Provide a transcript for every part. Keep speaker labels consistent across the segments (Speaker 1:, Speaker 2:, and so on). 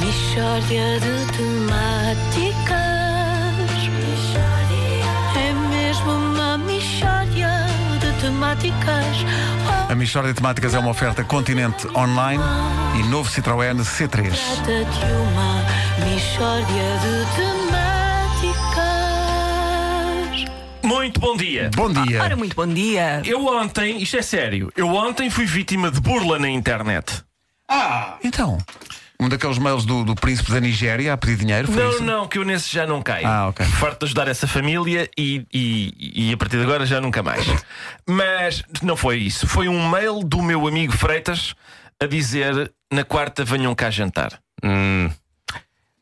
Speaker 1: Michórdia de temáticas. É mesmo uma michórdia de temáticas.
Speaker 2: A Michórdia de Temáticas é uma oferta Continente Online e novo Citroën C3.
Speaker 1: Trata de uma michórdia de temáticas.
Speaker 3: Muito bom dia.
Speaker 2: Bom
Speaker 4: Ah,
Speaker 5: Ora,
Speaker 2: dia.
Speaker 5: muito bom dia.
Speaker 3: Eu ontem, isto é sério, eu ontem fui vítima de burla na internet.
Speaker 2: Então, um daqueles mails do, do príncipe da Nigéria a pedir dinheiro foi
Speaker 3: não,
Speaker 2: isso?
Speaker 3: não, que eu nesse já não caio.
Speaker 2: Ah, ok.
Speaker 3: Farto de ajudar essa família e, e, e a partir de agora já nunca mais. Mas não foi isso. Foi um mail do meu amigo Freitas a dizer na quarta venham cá jantar.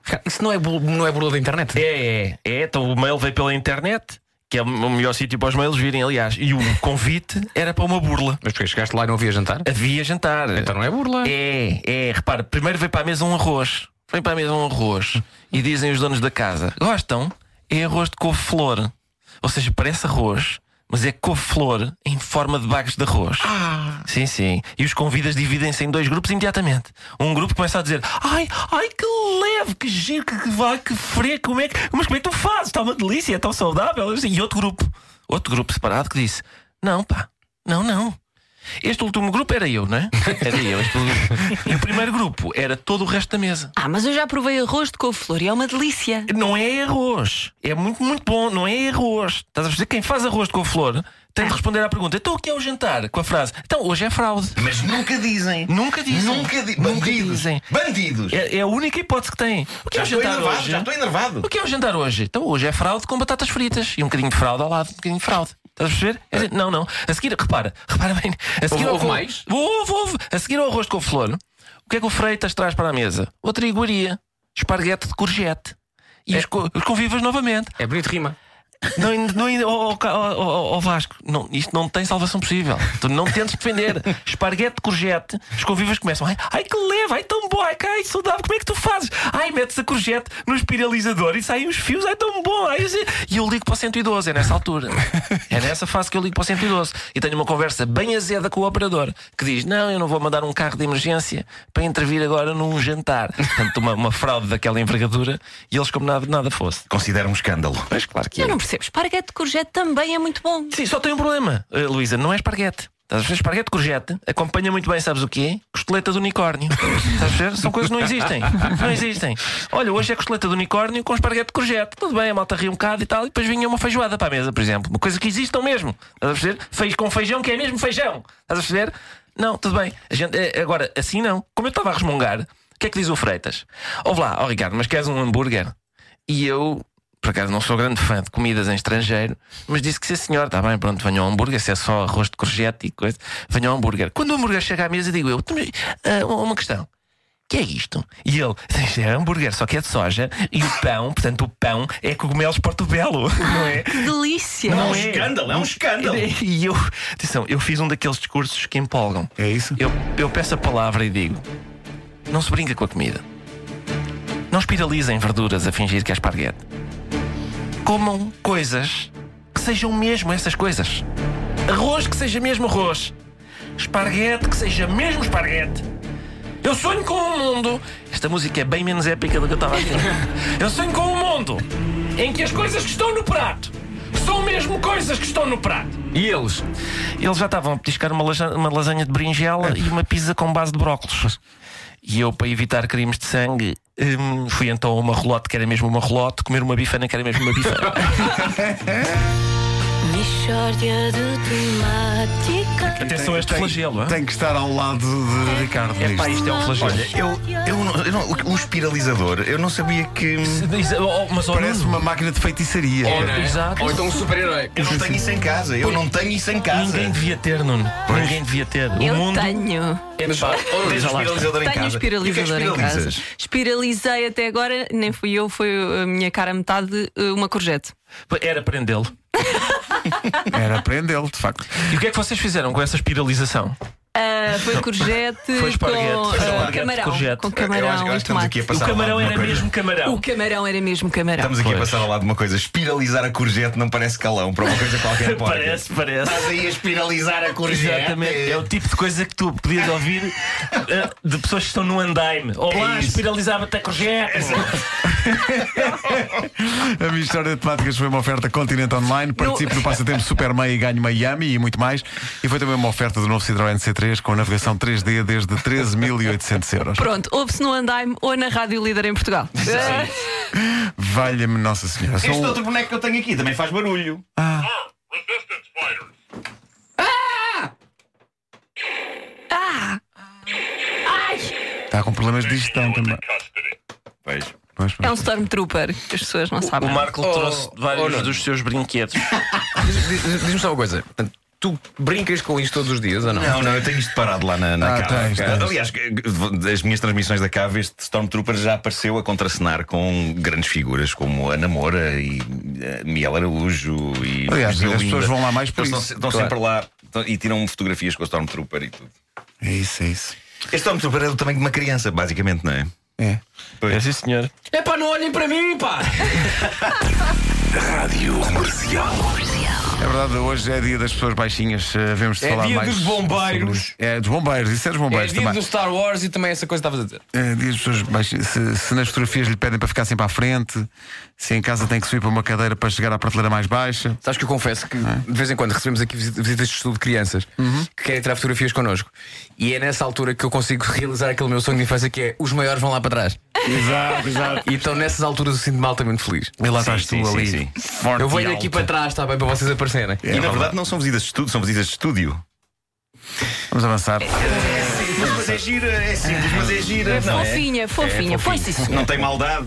Speaker 4: Cara, Isso não é, bu- não é burla da internet?
Speaker 3: É, é, é. Então o mail veio pela internet, que é o melhor sítio para os mails virem, aliás. E o convite era para uma burla.
Speaker 4: Mas porque chegaste lá e não havia jantar?
Speaker 3: Havia jantar.
Speaker 4: Então não é burla.
Speaker 3: É, é, repara, primeiro veio para a mesa um arroz. Vem para a mesa um arroz. E dizem os donos da casa: gostam? É arroz de couve-flor. Ou seja, parece arroz, mas é couve-flor em forma de bagos de arroz. Sim, sim. E os convidas dividem-se em dois grupos imediatamente. Um grupo começa a dizer: Ai, ai, que leve, que giro, que, que vai, que fresco, como é que. Mas como é que tu fazes? Está uma delícia, é tão saudável. E outro grupo, outro grupo separado que disse: Não, pá, não, não. Este último grupo era eu, não é? Era eu. este grupo. e o primeiro grupo era todo o resto da mesa.
Speaker 5: Ah, mas eu já provei arroz de couve-flor e é uma delícia.
Speaker 3: Não é arroz. É muito, muito bom. Não é arroz. Estás a perceber? Quem faz arroz de couve-flor tem de responder à pergunta: Então o que é o jantar? Com a frase: Então hoje é fraude.
Speaker 6: Mas nunca dizem.
Speaker 3: Nunca dizem.
Speaker 6: Nunca, di
Speaker 3: Nunca
Speaker 6: bandidos.
Speaker 3: dizem.
Speaker 6: Bandidos.
Speaker 3: É, é a única hipótese que tem. O que
Speaker 6: já
Speaker 3: é o
Speaker 6: estou
Speaker 3: jantar
Speaker 6: enervado,
Speaker 3: hoje?
Speaker 6: Ah, já estou enervado.
Speaker 3: O que é o jantar hoje? Então hoje é fraude com batatas fritas e um bocadinho de fraude ao lado, um bocadinho de fraude. Estás a perceber? Quer dizer, Não, não. A seguir, repara, repara bem. A seguir
Speaker 4: Houve-
Speaker 3: ao
Speaker 4: houve
Speaker 3: cou-
Speaker 4: mais?
Speaker 3: Houve, houve. A seguir ao arroz com flor, o que é que o Freitas traz para a mesa? Outra iguaria. Esparguete de courgette. E os, co- os convivas novamente.
Speaker 4: É bonito, rima.
Speaker 3: Não, não, oh, oh, oh, oh, Vasco, não, isto não tem salvação possível. Tu não tentes defender. Esparguete de courgette, os convivas começam. Ai, ai que leve, ai tão bom, ai, que- ai saudável, como é que tu fazes? Ai, metes a courgette no espiralizador e saem os fios, ai tão bom. Ai, isso é-" e eu ligo para o 112, é nessa altura. É nessa fase que eu ligo para o 112 e tenho uma conversa bem azeda com o operador que diz: Não, eu não vou mandar um carro de emergência para intervir agora num jantar. Portanto, uma, uma fraude daquela envergadura e eles, como nada, nada fosse.
Speaker 6: Considero um escândalo.
Speaker 3: Mas claro que
Speaker 5: Eu não percebo. Esparguete de courgette também é muito bom.
Speaker 3: Sim, só tem um problema, eh, Luísa, não é esparguete. Estás a ver esparguete courgette? Acompanha muito bem, sabes o quê? Costeleta de unicórnio. Estás a ver? São coisas que não existem. Não existem. Olha, hoje é costeleta de unicórnio com esparguete de courgette. Tudo bem, a malta ri um bocado e tal, e depois vinha uma feijoada para a mesa, por exemplo. Uma coisa que existe não mesmo. Estás a perceber? Feijo com feijão, que é mesmo feijão. Estás a perceber? Não, tudo bem. A gente, eh, agora, assim não. Como eu estava a resmungar, o que é que diz o Freitas? Ouve lá, ó Ricardo, mas queres um hambúrguer? E eu, por acaso, não sou grande fã de comidas em estrangeiro, mas disse que se a senhora está bem, pronto, venha ao hambúrguer, se é só arroz de courgette e coisa, venha ao hambúrguer. Quando o hambúrguer chega à mesa, digo eu, "Então, mas, ah, uma questão. Que é isto? E ele, "Isto é hambúrguer, só que é de soja, e o pão, portanto, o pão é cogumelos portobelo, não é?
Speaker 5: Delícia.
Speaker 3: Não
Speaker 6: É um
Speaker 3: é.
Speaker 6: escândalo, é um escândalo.
Speaker 3: E eu, atenção, eu fiz um daqueles discursos que empolgam.
Speaker 2: É isso?
Speaker 3: Eu, eu peço a palavra e digo: não se brinca com a comida. Não espiralizem verduras a fingir que é esparguete. Comam coisas que sejam mesmo essas coisas. Arroz que seja mesmo arroz. Esparguete que seja mesmo esparguete. Eu sonho com um mundo. Esta música é bem menos épica do que eu estava a dizer. Eu sonho com um mundo em que as coisas que estão no prato são mesmo coisas que estão no prato.
Speaker 4: E eles?
Speaker 3: Eles já estavam a petiscar uma, laja- uma lasanha de berinjela e uma pizza com base de brócolos. E eu, para evitar crimes de sangue, hum, fui então a uma relote que era mesmo uma relote, comer uma bifana que era mesmo uma bifana.
Speaker 1: Michórdia de temáticas.
Speaker 3: Atenção a este flagelo,
Speaker 2: Tem que estar ao lado de Ricardo.
Speaker 3: é?
Speaker 2: nisto.
Speaker 3: Pá, isto é um flagelo.
Speaker 1: Olha,
Speaker 6: Eu, eu, não- eu não- o espiralizador, eu não sabia que.
Speaker 3: Diz- oh, oh, mas oh,
Speaker 2: Parece
Speaker 3: Nuno,
Speaker 2: uma máquina de feitiçaria.
Speaker 3: É,
Speaker 4: não é?
Speaker 3: exato.
Speaker 4: Ou então um super-herói.
Speaker 6: Eu não tenho isso em casa. Eu não tenho isso em casa.
Speaker 3: Ninguém devia ter, Nuno. Ninguém devia ter.
Speaker 5: Eu
Speaker 3: o mundo
Speaker 5: tenho.
Speaker 3: é pá,
Speaker 6: Tens
Speaker 3: veja
Speaker 6: um
Speaker 3: lá.
Speaker 6: espiralizador em
Speaker 5: Tenho um
Speaker 6: casa.
Speaker 5: espiralizador
Speaker 6: e o
Speaker 5: em
Speaker 6: que é que
Speaker 5: casa.
Speaker 6: espiralizas?
Speaker 5: Espiralizei até agora, nem fui eu, foi uh, a minha cara a metade, eh, uma courgette.
Speaker 3: Era prendê-lo.
Speaker 2: Era prendê-lo, de facto.
Speaker 3: E o que é que vocês fizeram com essa espiralização?
Speaker 5: Ah, foi courgette
Speaker 3: Foi esparguete.
Speaker 5: com
Speaker 3: Foi
Speaker 5: ah,
Speaker 3: esparguete de
Speaker 5: camarão.
Speaker 3: courgette.
Speaker 5: Com
Speaker 6: eu acho,
Speaker 5: camarão
Speaker 6: eu acho
Speaker 5: e
Speaker 6: que estamos aqui
Speaker 5: tomate.
Speaker 6: a
Speaker 3: O
Speaker 6: passar ao lado
Speaker 3: camarão
Speaker 6: de uma
Speaker 3: era
Speaker 6: coisa.
Speaker 3: mesmo camarão.
Speaker 5: O camarão era mesmo camarão.
Speaker 6: Estamos aqui
Speaker 3: Pois.
Speaker 6: a passar ao lado de uma coisa. Espiralizar a courgette não parece calão para uma coisa qualquer porca.
Speaker 3: Parece, parece.
Speaker 6: Estás aí a espiralizar a courgette.
Speaker 3: Exatamente, é o tipo de coisa que tu podias ouvir eh, de pessoas que estão no andaime. Olá,
Speaker 6: É isso. É,
Speaker 3: espiralizava-te a courgette.
Speaker 2: A minha história de temáticas foi uma oferta Continente Online. Participe do passatempo Super Meia e ganhe Miami e muito mais. E foi também uma oferta do novo Citroën C3 com navegação 3D desde 13.800 euros.
Speaker 5: Pronto, ouve-se no Andaime ou na Rádio Líder em Portugal.
Speaker 2: Valha-me Nossa Senhora. São-
Speaker 6: Este outro boneco que eu tenho aqui também faz barulho.
Speaker 2: Está com problemas de digestão também.
Speaker 6: Pois.
Speaker 2: Pois, pois.
Speaker 5: É um Stormtrooper, as pessoas não
Speaker 3: O
Speaker 5: sabem.
Speaker 3: Marco
Speaker 4: Oh,
Speaker 3: trouxe
Speaker 4: oh,
Speaker 3: vários
Speaker 4: não.
Speaker 3: dos seus brinquedos.
Speaker 4: Diz- diz- Diz-me só uma coisa. Portanto, Tu brincas com isto todos os dias ou não?
Speaker 6: Não, não, eu tenho isto parado lá na, na
Speaker 2: Ah,
Speaker 6: cave.
Speaker 2: tens, tens.
Speaker 6: Aliás, das minhas transmissões da cave, este Stormtrooper já apareceu a contracenar com grandes figuras como a Namora e eh, Miel Araújo e.
Speaker 2: Aliás,
Speaker 6: José
Speaker 2: as
Speaker 6: Linda.
Speaker 2: pessoas vão lá mais por
Speaker 6: Eles
Speaker 2: isso,
Speaker 6: Estão, estão
Speaker 2: claro.
Speaker 6: sempre lá estão- e tiram fotografias com o Stormtrooper e tudo.
Speaker 2: É isso, é isso.
Speaker 6: Este Stormtrooper é do tamanho de uma criança, basicamente, não é?
Speaker 2: É.
Speaker 3: É sim, senhor.
Speaker 4: É pá, não olhem para mim, pá!
Speaker 2: É verdade, hoje é dia das pessoas baixinhas. eh, Vemos de
Speaker 4: É
Speaker 2: falar
Speaker 4: dia
Speaker 2: mais.
Speaker 4: dos bombeiros.
Speaker 2: sobre- É dos bombeiros, isso é dos
Speaker 4: É
Speaker 2: bombeiros
Speaker 4: dia
Speaker 2: também.
Speaker 4: do Star Wars e também essa coisa que estavas a dizer.
Speaker 2: Eh, diz as pessoas, mas se, se nas fotografias lhe pedem para ficar sempre à frente, se em casa tem que subir para uma cadeira para chegar à prateleira mais baixa.
Speaker 4: Sabes que eu confesso que de vez em quando recebemos aqui visit- visitas de estudo de crianças que querem tirar fotografias connosco. E é nessa altura que eu consigo realizar aquele meu sonho de infância que é os maiores vão lá para trás.
Speaker 2: Exato, exato.
Speaker 4: E então nessas alturas eu sinto-me altamente feliz.
Speaker 2: E lá
Speaker 6: Sim,
Speaker 2: estás tu
Speaker 6: sim, sim,
Speaker 2: ali.
Speaker 6: sim.
Speaker 2: forte
Speaker 4: Eu
Speaker 2: e
Speaker 4: venho
Speaker 2: alto.
Speaker 4: aqui
Speaker 2: É.
Speaker 4: para trás, está bem, para vocês aparecerem.
Speaker 6: e na verdade não são visitas de estudo, são visitas de estúdio.
Speaker 2: Vamos avançar.
Speaker 6: Mas é gira, é simples, mas é gira. é?
Speaker 5: Fofinha, fofinha, foi sim, senhor.
Speaker 6: Não tem maldade.